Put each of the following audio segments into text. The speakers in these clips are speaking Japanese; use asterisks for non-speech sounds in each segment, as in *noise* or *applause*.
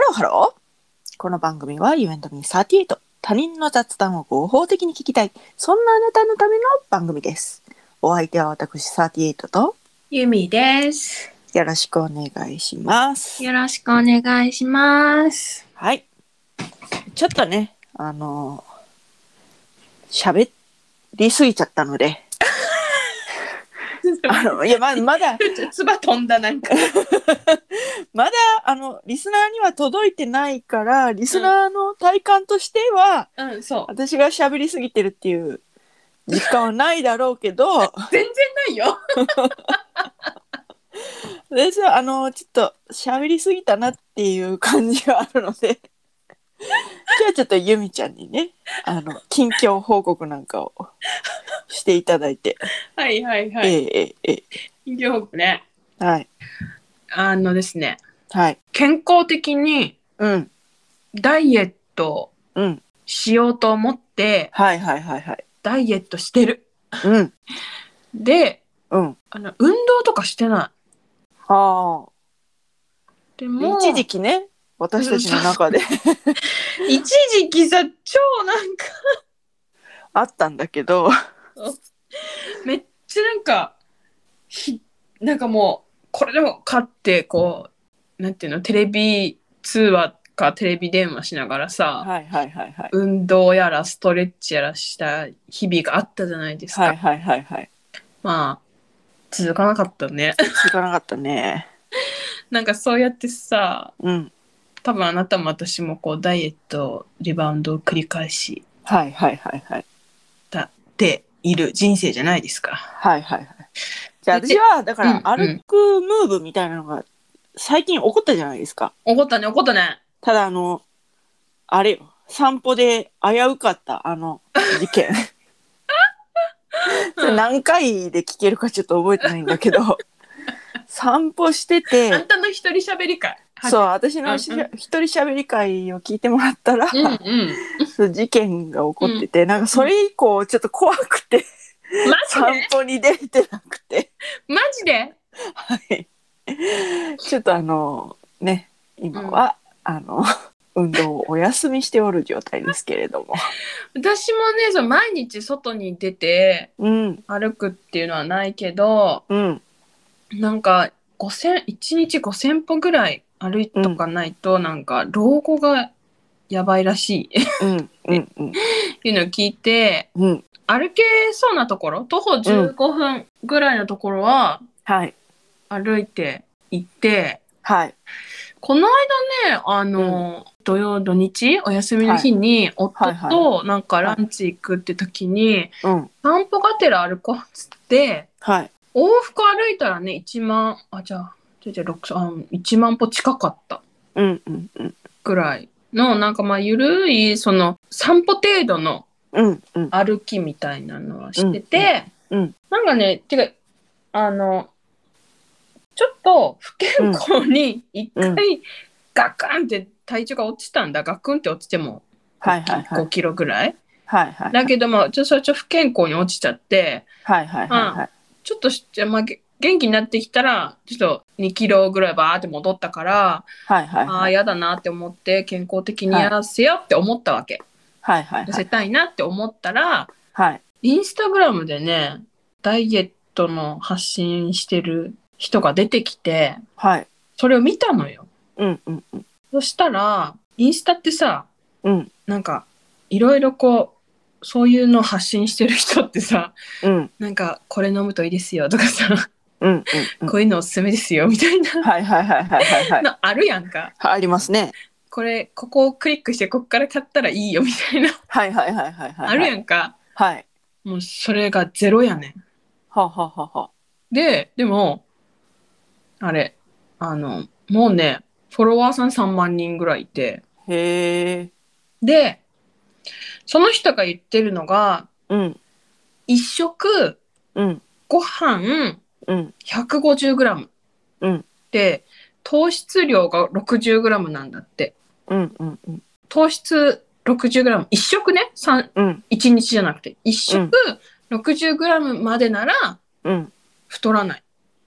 ロハローこの番組は You and me38 他人の雑談を合法的に聞きたいそんなあなたのための番組ですお相手は私38とゆみです。よろしくお願いしますよろしくお願いします。 *laughs* はいちょっとねあの喋りすぎちゃったのであ *laughs* のいやままだつば飛んだなんか。まだあのリスナーには届いてないからリスナーの体感としては、うん、そう。私が喋りすぎてるっていう実感はないだろうけど全然ないよ。私はあのちょっと喋りすぎたなっていう感じがあるので *laughs* 今日はちょっとゆみちゃんにねあの近況報告なんかをしていただいて、はいはいはえい。ええええ医療部ね。えはいあのですね、はい健康的にうんダイエットうんしようと思って、はいはいはいはいダイエットしてる。うんで、うんあの、運動とかしてなああい。でもう一時期ね私たちの中で一時期さ、超なんか、 *laughs* あったんだけどめっちゃなんか、ひ、なんかもう、これでもかって、こう、なんていうの、テレビ通話かテレビ電話しながらさ、はいはいはいはい運動やらストレッチやらした日々があったじゃないですか。はいはいはい *laughs* はいまあ、続かなかったね。 *laughs* 聞かなかったねなんかそうやってさ、うん多分あなたも私もこう、ダイエット、リバウンドを繰り返しはいはいはいはいている人生じゃないですか。はいはいはい。じゃあで私はだかうらん歩くムーブみたいなのが最近起こったじゃないですか。怒ったね、怒ったね。ただあのあれよ散歩で危うかったあの事件。 *laughs* それ何回で聞けるかちょっと覚えてないんだけ *laughs* ど散歩してあてんたの一人喋り会。そうう。私のしうんうん一人喋り会を聞いてもらったら、うんうん。そう事件が起こってて、なんかそれ以降ちょっと怖くてマジ散で歩に出てなくて。マジではい。ちょっとあの、ね、今は、あの、運動をお休みしておる状態ですけれども。私もねその毎日外に出てうん、歩くっていうのはないけどうん、なんか5000 1日5,000歩ぐらい歩いとかないと、なんか老後がやばいらしい *laughs* っうん、うん、うん、ていうのを聞いてうん。歩けそうなところ徒歩15分ぐらいのところははい、歩いて行って、はい、この間ねあの、土曜土日お休みの日には夫いはいとなんかランチ行くって時にうん、散歩がてら歩こうっつって。はい。往復歩いたらね1万あじゃあじゃあじゃあ6あ1万歩近かったうん、うん、うん、ぐらいのなんかまあゆるいその散歩程度のうん、うん、歩きみたいなのはしてて、うんうんなんかねてかあのちょっと不健康に一回、ガクンって体重が落ちたんだガクンって落ちてもはい、はい、はい5、キロぐらいはい、はい、だけどまあちょっとそれちょっと不健康に落ちちゃってはい、はい、はい、ちょっとしじゃあまあげ元気になってきたらちょっと2キロぐらいバーって戻ったからはい、はい、あはあい、やだなって思って健康的にやらせようって思ったわけ、はい、はい、痩せたいなって思ったらはい、インスタグラムでねダイエットの発信してる人が出てきてはい、それを見たのようん、うん、うん、そしたらインスタってさうん、なんかいろいろこうそういうの発信してる人ってさうん、なんかこれ飲むといいですよとかさうん、うん、こういうのおすすめですよみたいなはい、はい、はい、はい、はい、はい。のあるやんか。ありますね。これ、ここをクリックして、ここから買ったらいいよみたいな、はい、はい、はい、はい、はい。あるやんか。はい。もうそれがゼロやねはははは。ん。で、でも、あれ、あの、もうね、フォロワーさん3万人ぐらいいて、へえ。で、その人が言ってるのが、うん、一食、うん、ご飯うん。 150g。うん。で、糖質量が 60g なんだって。うんうんうん糖質 60g、一食ね、三うん1日じゃなくて1食 60g までならうん太らない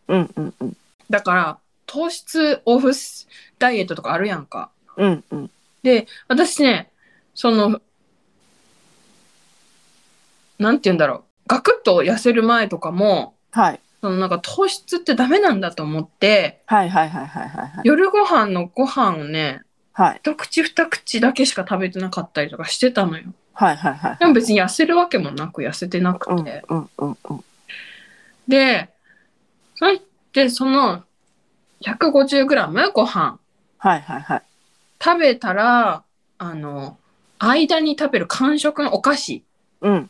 うんうんうんだから糖質オフダイエットとかあるやんかうんうんで、私ね、その、なんて言うんだろう。ガクッと痩せる前とかも、はいそのなんか糖質ってダメなんだと思って、はいはいはいはいはいはい夜ご飯のご飯をね、はい一口二口だけしか食べてなかったりとかしてたのよ。はいはいはいでも別に痩せるわけもなく痩せてなくて。うんうんうんうんで、それってその 150g ご飯はいはいはい食べたら、あの、間に食べる間食のお菓子うん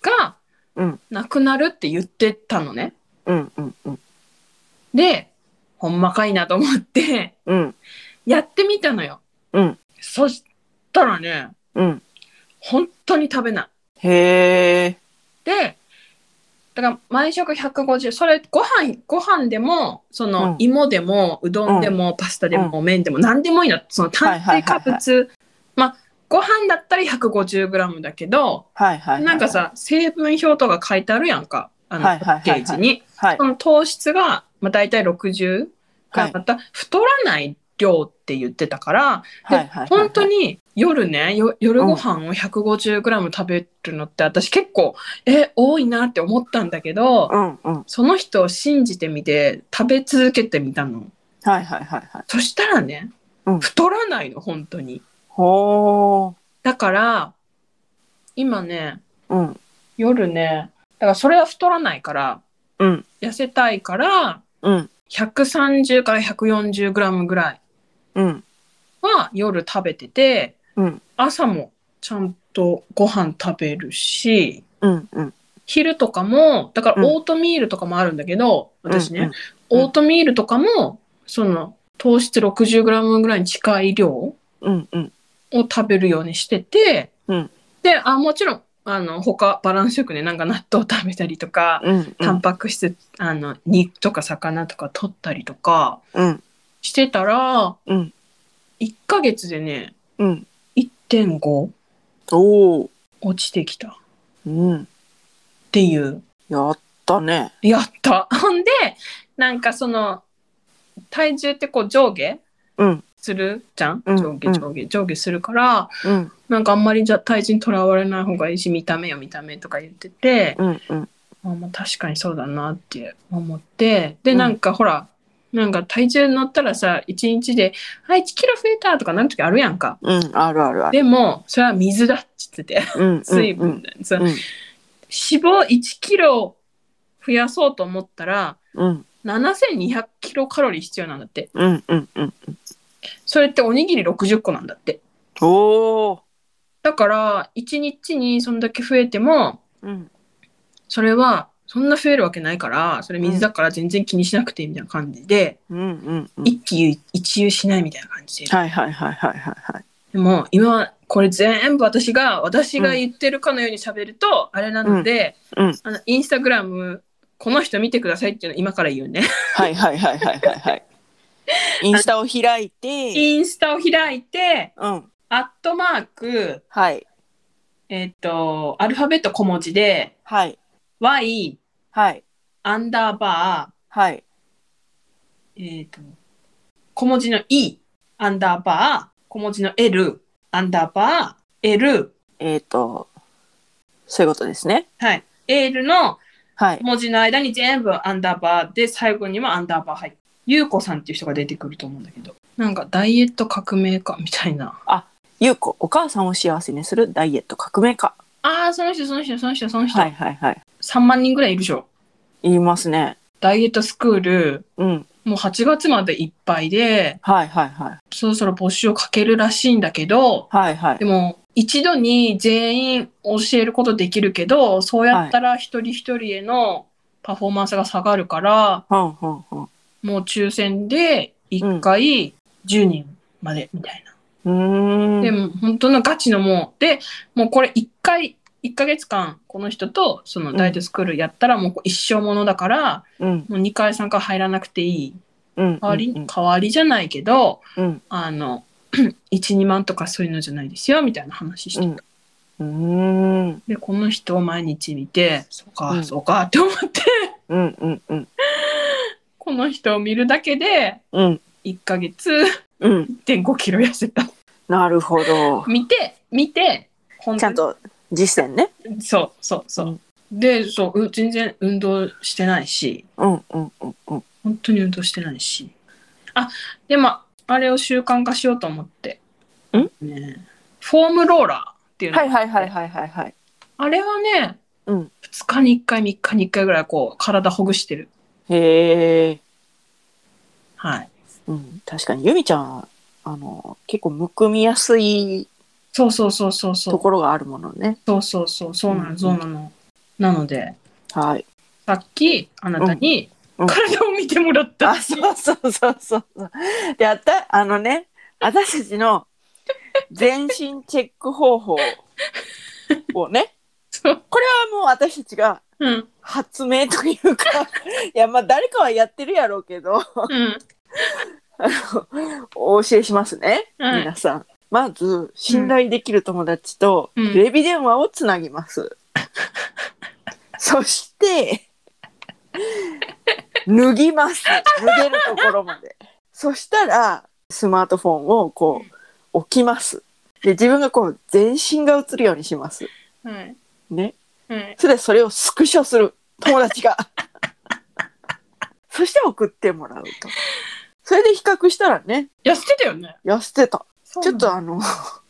がうんなくなるって言ってたのね。うんうんうんで、ほんまかいなと思って、うんやってみたのよ。うんそしたらね、うん本当に食べない。へえで、だから毎食150、それご飯、ご飯でも、そうんの芋でも、うどんでも、パスタでも、麺でも、何でもいいの。その炭水化はいはい物、まあ、ご飯だったら 150g だけど、はいはいはいはいなんかさ、成分表とか書いてあるやんか、あの、はいはいはいはいパッケージに。はいその糖質が、まあ、大体60はがいまた太らない量って言ってたから、ではいはい本当に夜ねよ夜ご飯を 150g 食べるのって私結構え多いなって思ったんだけど、うんうんその人を信じてみて食べ続けてみたのはいはいはいはいそしたらね、うん太らないの本当にほだから今ねーうん夜ねだからそれは太らないからうん痩せたいからうん130から 140g ぐらいうんは夜食べててうん朝もちゃんとご飯食べるしうんうん昼とかもだからうんオートミールとかもあるんだけど、私ね、うんうんオートミールとかもその糖質 60g ぐらいに近い量をうんうん食べるようにしてて、うんであもちろんあの他バランスよくねなんか納豆食べたりとか、うんタンパク質あの肉とか魚とか取ったりとかうんしてたらうん1ヶ月でねうん1.5おお落ちてきたっうんていうやったねやった。ほんで、なんかその、体重ってこう上下うんするじゃんうん上う下ん上下上下するから、うんなんかあんまりじゃ体重にとらわれない方がいいし、見た目よ見た目とか言ってて、うんうんあまあ確かにそうだなって思って、で、うんなんかほら、なんか体重乗ったらさ、1日で、あ、1キロ増えたとかなる時あるやんか。うんあるあるあるでも、それは水だって言ってて、うんうんうん水分だよ、そううん脂肪1キロ増やそうと思ったら、うん7200キロカロリー必要なんだって。うんうんうんそれっておにぎり60個なんだって。おおだから、1日にそんだけ増えても、うんそれは、そんな増えるわけないから、それ水だから全然気にしなくてみたいな感じで、うんうんうん一喜一憂しないみたいな感じで。はいはいはいはいはいはいでも、今、これ全部私が、私が言ってるかのように喋ると、あれなので、うんうんあの、インスタグラム、この人見てくださいっていうのを今から言うね。はいはいはいはいはいはいインスタを開いてインスタを開いて、うんアットマーク、はいえっ、と、アルファベット小文字で、はい y はいアンダーバはいー、えっ、と、小文字の e アンダーバー、小文字の l アンダーバー、l、えっとそういうことですねはい。l のはい小文字の間に全部アンダーバーで、最後にもアンダーバー入って、ゆうこさんっていう人が出てくると思うんだけど、なんかダイエット革命家みたいな。ゆうこお母さんを幸せにするダイエット革命家ああ、その人、その人、その人、その人。はいはいはい3万人ぐらいいるでしょ。言いますねダイエットスクール、うんもう8月までいっぱいで、はいはいはいそろそろ募集をかけるらしいんだけど、はいはいでも一度に全員教えることできるけどそうやったら一人一人へのパフォーマンスが下がるから、はんはんはんもう抽選で1回10人までみたいな。うーんでも本当のガチのもうでもうこれ1回1ヶ月間この人とそのダイエットスクールやったらもう一生ものだから、うんもう2回3回入らなくていいうん代わり、うん代わりじゃないけどうんあの *clears throat* 12万とかそういうのじゃないですよみたいな話しててうんうんで、この人を毎日見て、そうか、うんそうかって思って、うんうんうんこの人を見るだけで、うん1ヶ月うん。 1.5キロ痩せた。なるほど。見て、見て、本当にちゃんと実践ね。そうそうそう。で、そう、う全然運動してないし、うんうんうんうん。本当に運動してないし。あ、でも、あれを習慣化しようと思って。んね、フォームローラーっていうの。はいはいはいはいはいはい。あれはね、うん2日に1回、3日に1回ぐらい、こう、体ほぐしてる。へえ。はい。うん。確かにユミちゃん、あの、結構むくみやすいそうそうそうそうそとう。ころがあるものね。そうそうそう、そうなうんの、そうなの。なので、はい。さっき、あなたうんに、うん体を見てもらった。あ、そうそうそうそうそう。で、あた、あのね、私たちの全身チェック方法をね、そう。これはもう私たちがうん。発明というか、 *laughs* いや、まあ誰かはやってるやろうけど、うん。お教えしますね、はい皆さん。まず、信頼できる友達とうんテレビ電話をつなぎます。 *laughs* そして、脱ぎます。脱げるところまで。そしたら、スマートフォンをこう、置きます。で、自分がこう、全身が映るようにします。はい。ね。はい。それでそれをスクショする友達が *laughs* そして送ってもらうとそれで比較したらね痩せてたよね。痩せてたちょっとああの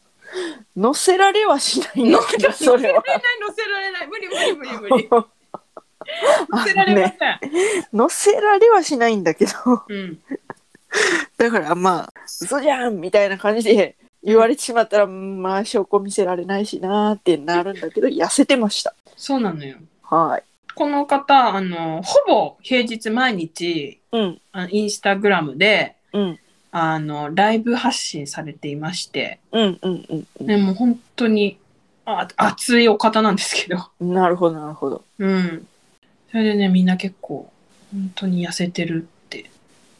*laughs* 乗せられはしないんだ乗せけら *laughs* どれそないれは乗せられない無理無理無理無理乗せられません、乗せられはしないんだけどうんだからまあ嘘じゃんみたいな感じで言われてしまったらうんまあ証拠見せられないしなーってなるんだけど痩せてましたそうなのよはいこの方あのほぼ平日毎日うんあインスタグラムでうんあのライブ発信されていましてうんうんうんねもう本当にあ熱いお方なんですけどうんなるほどなるほどうんそれでねみんな結構本当に痩せてるって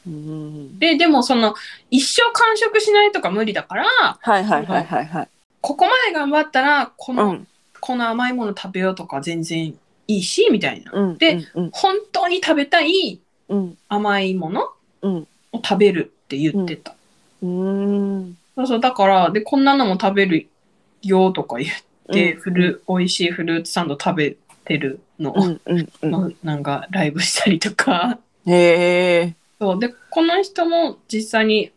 うんででもその一生完食しないとか無理だからはいはいはいはいはいここまで頑張ったらこうの、んこの甘いもの食べようとか全然いいしみたいな、うんでうん本当に食べたいうん甘いものうんを食べるって言ってた、うんそうそうだからでこんなのも食べるよとか言って、うんフル美味しいフルーツサンド食べてるのうを、んうんうんのなんかライブしたりとかへえそうでこの人も実際に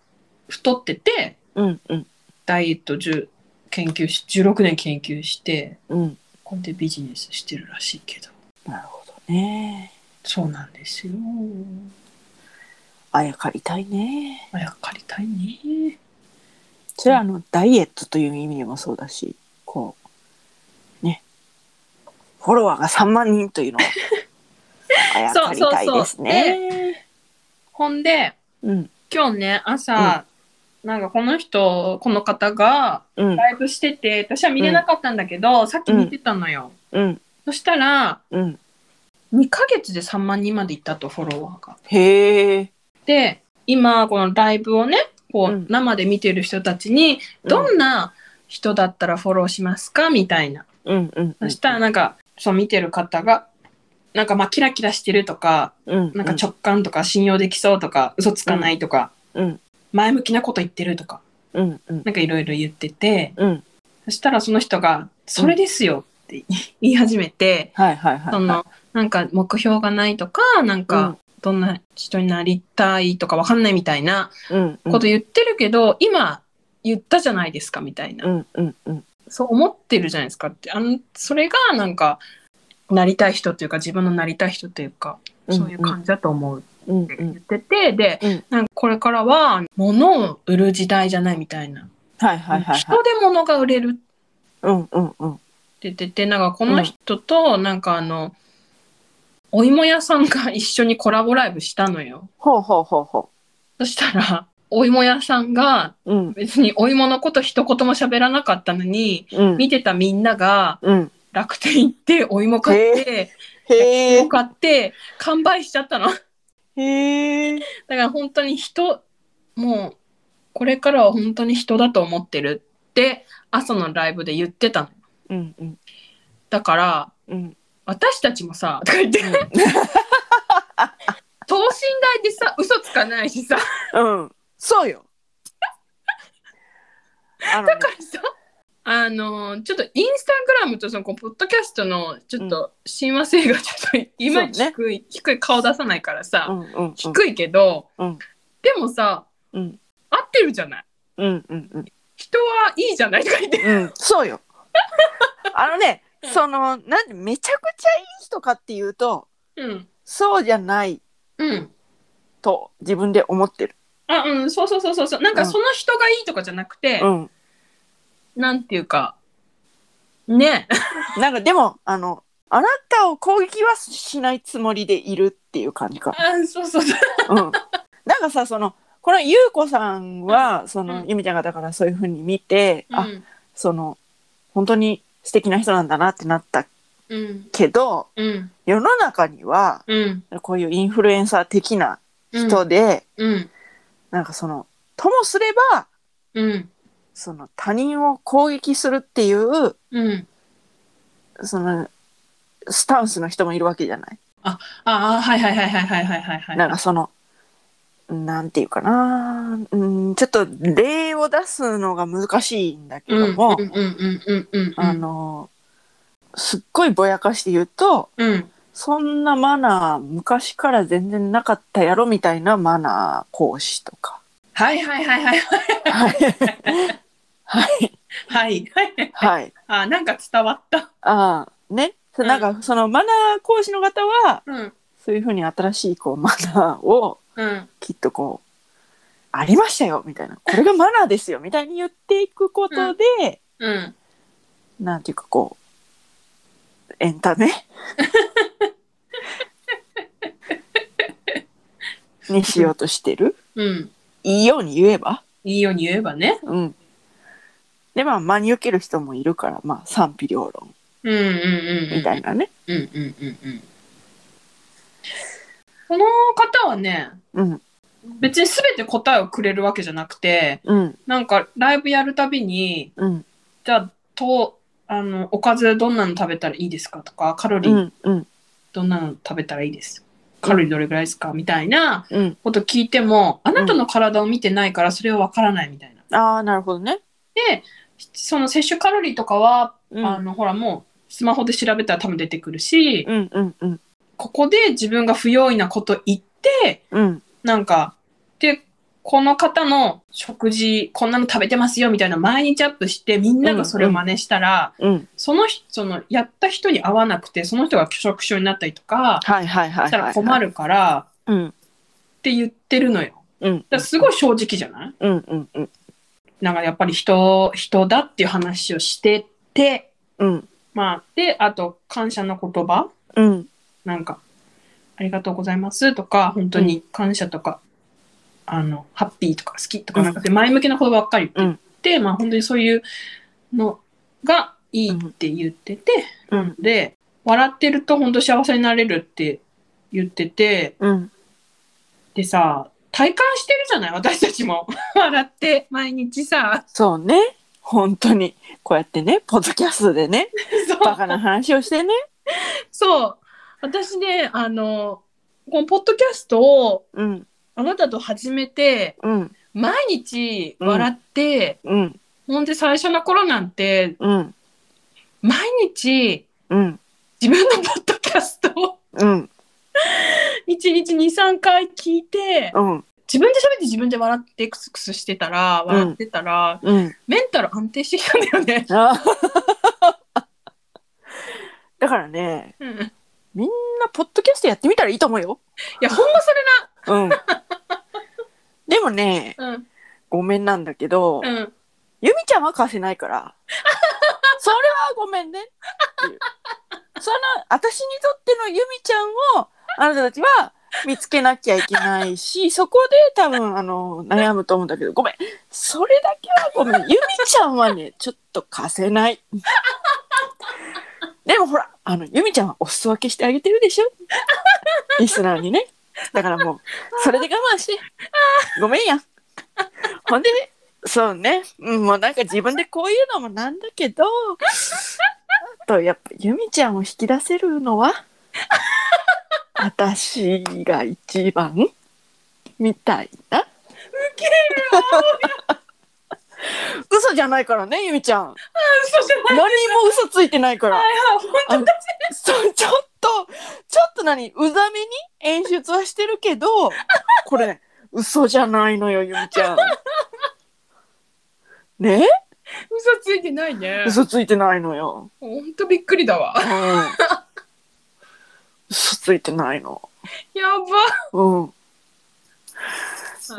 太っててうんうんダイエット10研究し16年研究してうんこれでビジネスしてるらしいけどなるほどねそうなんですよあやかりたいねあやかりたいね。それはあのダイエットという意味でもそうだしこうねフォロワーが3万人というのをあやかりたいですねほんで、うん今日ね、朝、なんかこの人、この方がうんライブしてて、私は見れなかったんだけど、さっき見てたのよ。うんそしたら、うん2ヶ月で3万人まで行ったと、フォロワーが。へえで、今、このライブをね、こう、うん生で見てる人たちに、どんな人だったらフォローしますかみたいな。うんうんそしたら、なんか、そう見てる方が、なんかまあ、キラキラしてるとか、うんなんか直感とか信用できそうとか嘘つかないとか、うん前向きなこと言ってるとかうんうんなんかいろいろ言っててうんそしたらその人が「それですよ」って言い始めて、はいはいはいそのなんか目標がないとかなんうかんどんな人になりたいとかわかんないみたいなうんうんこと言ってるけど、今言ったじゃないですかみたいな、うんうんうんそう思ってるじゃないですかってあのそれがなんかなりたい人というか自分のなりたい人というかそういう感じだと思ううんう言っんてて、で、うんなんかこれからは物を売る時代じゃないみたいな、はいはいはいはい人で物が売れるってうんうんうん言っててなんかこの人となんかあの、お芋屋さんが一緒にコラボライブしたのよほうほうほうほそしたらお芋屋さんがううん別にお芋のこと一言も喋らなかったのにうん見てたみんながうん楽天行ってお芋買って、へおえ買って完売しちゃったの *laughs* へえだから本当に人もうこれからは本当に人だと思ってるって朝のライブで言ってたのうんうんだからうん私たちもさとか言って *laughs* 等身大でさ嘘つかないしさうんそうよあのねだからさあのちょっとインスタグラムとそのこうポッドキャストのちょっと親和性がちょっといまいちそうね低い、低い顔出さないからさ、うんうん低いけど、うんでもさうん合ってるじゃないうんうんうん人はいいじゃないとか言ってうんそうよあのねうんそのなんでめちゃくちゃいい人かっていうとうんそうじゃないうんと自分で思ってるあうんそうそうそうそうそうなんうかんその人がいいとかじゃなくて、うんなんていうかねなんかでもあのあなたを攻撃はしないつもりでいるっていう感じかあそうそうそううん *laughs* なんかさそのこの優子さんはその、うんゆみちゃんがだからそういうふうに見て、うあんその本当に素敵な人なんだなってなったうんけどうん世の中にはうんこういうインフルエンサー的な人で、うんなんかそのともすればうんその他人を攻撃するっていううんそのスタンスの人もいるわけじゃない。ああはいはいはいはいはいはいはいはいなんかそのなんていうかなうんちょっと例を出すのが難しいんだけうんうどんも、うんうんうんうんあのすっごいぼやかして言うとうんそんなマナー昔から全然なかったやろみたいなマナー講師とか。はいはいはいはいはい *laughs* はいはいはいはいあなんか伝わったああねそううんなんかそのマナー講師の方はうんそういうふうに新しいこうマナーをうんきっとこうありましたよみたいなこれがマナーですよみたいに言っていくことで、うんなんていうかこうエンタ *laughs* メにしようとしてるうんいいように言えばいいように言えばねうんでまあ真に受ける人もいるからまあ賛否両論うんうんうんうんみたいなねうんうんうんうんこの方はねうん別に全て答えをくれるわけじゃなくてうんなんかライブやるたびにうんじゃあとあのおかずどんなの食べたらいいですかとかカロリうーんうんどんなの食べたらいいです、カロリーどれぐらいですかみたいなうんこと聞いてもあなたの体を見てないからそれはわからないみたいな。ああなるほどねでその摂取カロリーとかは、うんあのほらもうスマホで調べたら多分出てくるし、うんうんうんここで自分が不用意なこと言ってうんなんかでこの方の食事こんなの食べてますよみたいな毎日アップしてみんながそれを真似したら、うんその人そのやった人に合わなくてその人が拒食症になったりとかはいはいはいはいはいしたら困るからうんって言ってるのよ。うんだからすごい正直じゃないうんうんうんなんかやっぱり人人だっていう話をしててうんまあであと感謝の言葉うんなんか、ありがとうございますとか、本当に感謝とか、あの、ハッピーとか好きとか、うんなんかそういう前向きなことばっかり言って、まあ本当にそういうのがいいって言ってて、うんで、笑ってると本当幸せになれるって言ってて、うんでさ、体感してるじゃない私たちも。 *laughs* 笑って、毎日さ、そうね本当にこうやってねポッドキャストでねそうバカな話をしてねそう。私ね、あの、このポッドキャストをうんあなたと始めて、うん毎日笑って、うんほんで最初の頃なんてうん毎日うん自分のポッドキャストをうん1日23回聞いてうん自分で喋って自分で笑ってクスクスしてたらうん笑ってたら、うん *laughs* メンタル安定してきたんだよね。あだからねうんいみんなポッドキャストやってみたらいいと思うよやほんまそれうん *laughs* でもねな、うんごめんなんだけど、うん、ゆみちゃんは貸せないからそれはごめんねっていうその私にとってのゆみちゃんをあなたたちは見つけなきゃいけないし *laughs* そこで多分あの悩むと思うんだけどごめんそれだけはごめんゆみちゃんはねちょっと貸せない *laughs* でもほらあのゆみちゃんはお裾分けしてあげてるでしょリスナーにねだからもうそれで我慢してごめんやほんでそうね、うん、もうなんか自分でこういうのもなんだけど、とやっぱゆみちゃんを引き出せるのは、私が一番みたいな。ウケる嘘じゃないからねゆみちゃん嘘じゃない。何も嘘ついてないからはいはい、本当だ。そうちょっとちょっと何うざめに演出はしてるけどこれ嘘じゃないのよゆみちゃんね嘘ついてないね。嘘ついてないのよ、本当びっくりだわう。ん、嘘ついてないのやば。うん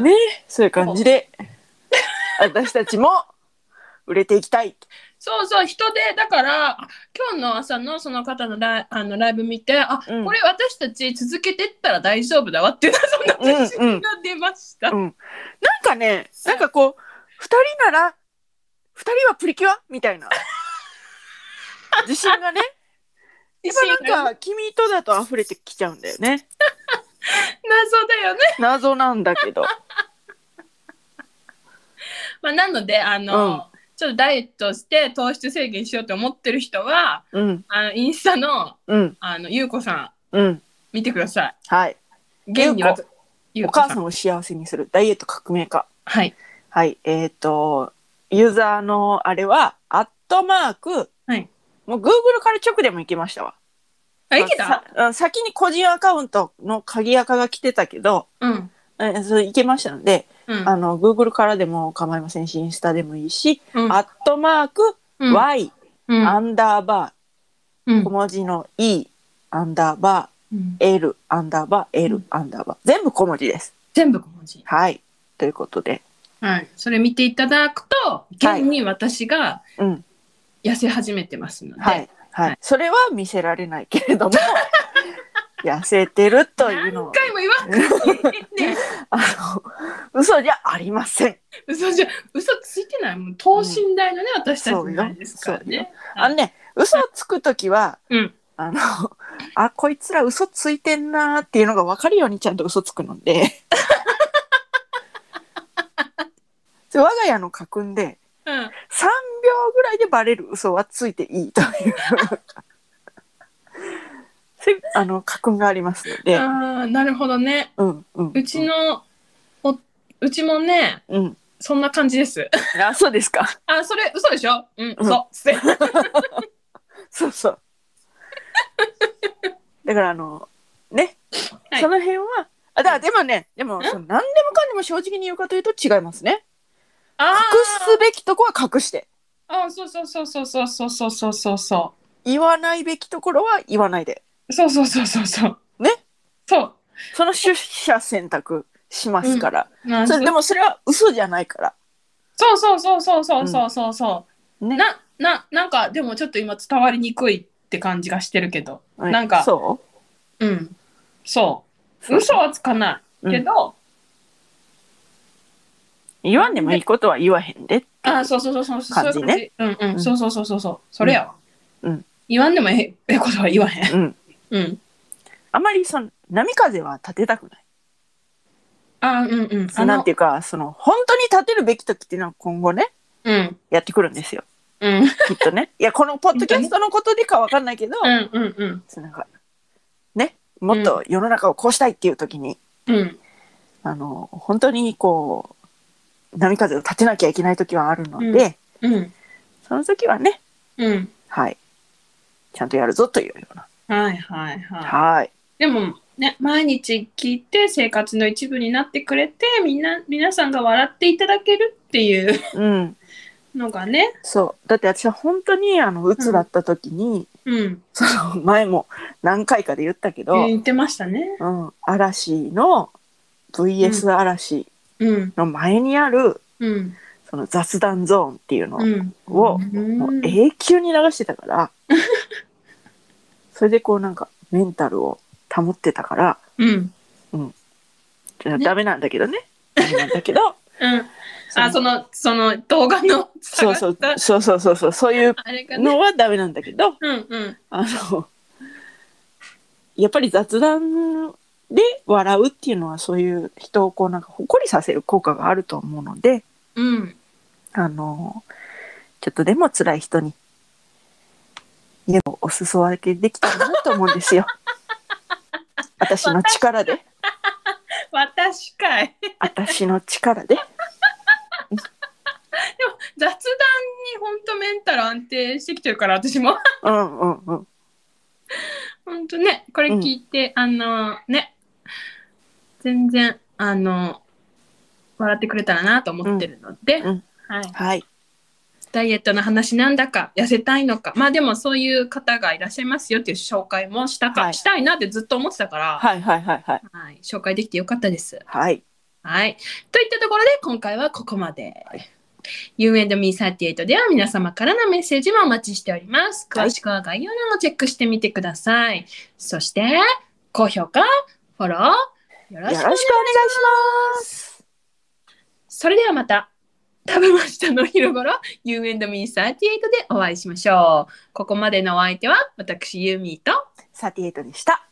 いねそういう感じで私たちも売れていきたいそうそう、人で、だから、あ今日の朝のその方のライあのライブ見て、あ、うんこれ私たち続けてったら大丈夫だわっていう、そんな自うんうん信が出ました。うん、なんかねなんかこう二人なら二人はプリキュアみたいな自信がねやっ自信ぱがなんか君とだと溢れてきちゃうんだよね謎だよね。謎なんだけどまあ、なので、あの、うんちょっとダイエットして糖質制限しようと思ってる人は、うんあのインスタの、うんあの、ゆうこさん、うん見てくださはいい。現にゆうこわゆうおこさ母ん。さんを幸せにするダイエット革命家はい。はい、えっ、と、ユーザーのあれは、アットマーク、はいもう Google から直でも行きましたわ。あ、いけたさうん先に個人アカウントの鍵アカが来てたけど、うん。えそれ行けましたので、うん。あの、Google からでも構いませんし、インスタでもいいし、うんアットマーク、うん Y、うんアンダーバうんー、小文字の E、アンダーバうんー、L、アンダーバー、う L ん、アンダーバー。全部小文字です。全部小文字。はい。ということで、はい。それ見ていただくと、現に私がうん。痩せ始めてますので、はい、は、はいそれは見せられないけれど *laughs* も痩せてるというのは何回も言わんかい *laughs* ね。あの嘘じゃありません。嘘じゃ、嘘ついてない。もう等身大のね、私たちそうよなんですからね。あのね嘘をつくときは、うんあのあこいつら嘘ついてんなーっていうのが分かるようにちゃんと嘘つくので *laughs* で我が家の家訓でうん。 3秒ぐらいでバレる嘘はついていい *laughs* というせあの家訓がありますので、ああ、なるほどね。うんうん、うちの、お、うちもね、うん、そんな感じです。 *laughs* あそうですかあ、それ嘘でしょうん、うん *laughs* 嘘。つってそうそう。だからあの、ね、はいその辺は、あ、だからでもね、でも、んその何でもかんでも正直に言うかというと違いますね。あ隠すべきとこは隠して、あ。あ、そうそうそうそうそうそうそうそうそうそう。言わないべきところは言わないで、そうそうそうそうそう。ねそう。その取捨選択しますから。まあそそれでもそれは嘘じゃないから。そうそうそうそうそうそうそうそう、ねなななんかでもちょっと今伝わりにくいって感じがしてるけどはいなんかそうんそうう嘘はつかないけど、言わんでもいいことは言わへんで。あそうそうそうそうそう感じねそういう感じうんうん、うんそうそうそうそうそうそれやわ、うん言わんでもえええことは言わへんうん。うんあまりその波風は立てたくない。あうんうんあなんていうか、その本当に立てるべき時っていうのは今後ね、うんやってくるんですよ。うんきっとね。いや、このポッドキャストのことでかわかんないけど、うんうんうんなんか、ね、もっと世の中をこうしたいっていう時に、うんあの、本当にこう、波風を立てなきゃいけない時はあるので、うんその時はね、うんはい。ちゃんとやるぞというような。はいはいはいはい。でもね、毎日聞いて生活の一部になってくれてみんな皆さんが笑っていただけるっていううん。のがね、そう。だって私は本当に、あの、うつだった時に、うん、その、前も何回かで言ったけど、言ってましたね。うん、嵐の VS 嵐うんの前にある、うんその雑談ゾーンっていうのをうん。をうんもう永久に流してたから、それでこうなんかメンタルを保ってたから、うんねダメなんだけどね。ダメなんだけど、うん。 *laughs* あ、そそのその動画のそうそうそうそうそうそう、そういうあれがね。のはダメなんだけど、うんうんあの、やっぱり雑談で笑うっていうのはそういう人をこうなんかほっこりさせる効果があると思うので、うんあの、ちょっとでも辛い人に、でもお裾分けできたらなと思うん *laughs* ですよ。私の力で、私かい。私の力で。談にほんとメンタル安定してきてるから、私も。 *laughs* うんうんうん。ほんとね、これ聞いて、あの、ね、全然、あの、笑ってくれたらなと思ってるので、うんうんはい。はい。ダイエットの話なんだか痩せたいのかまあでもそういう方がいらっしゃいますよっていう紹介もしたか、はいしたいなってずっと思ってたから、はいはいはいはい。はい紹介できてよかったです。はい。はい。といったところで今回はここまで。U&Me38 では皆様からのメッセージもお待ちしております。はい詳しくは概要欄をチェックしてみてください。そして、高評価、フォロー、よろよろししくくお願いします。それではまた食べましたの昼ごろ You and me38 でお会いしましょうここまでのお相手は私ユーミーとサティエイトでした。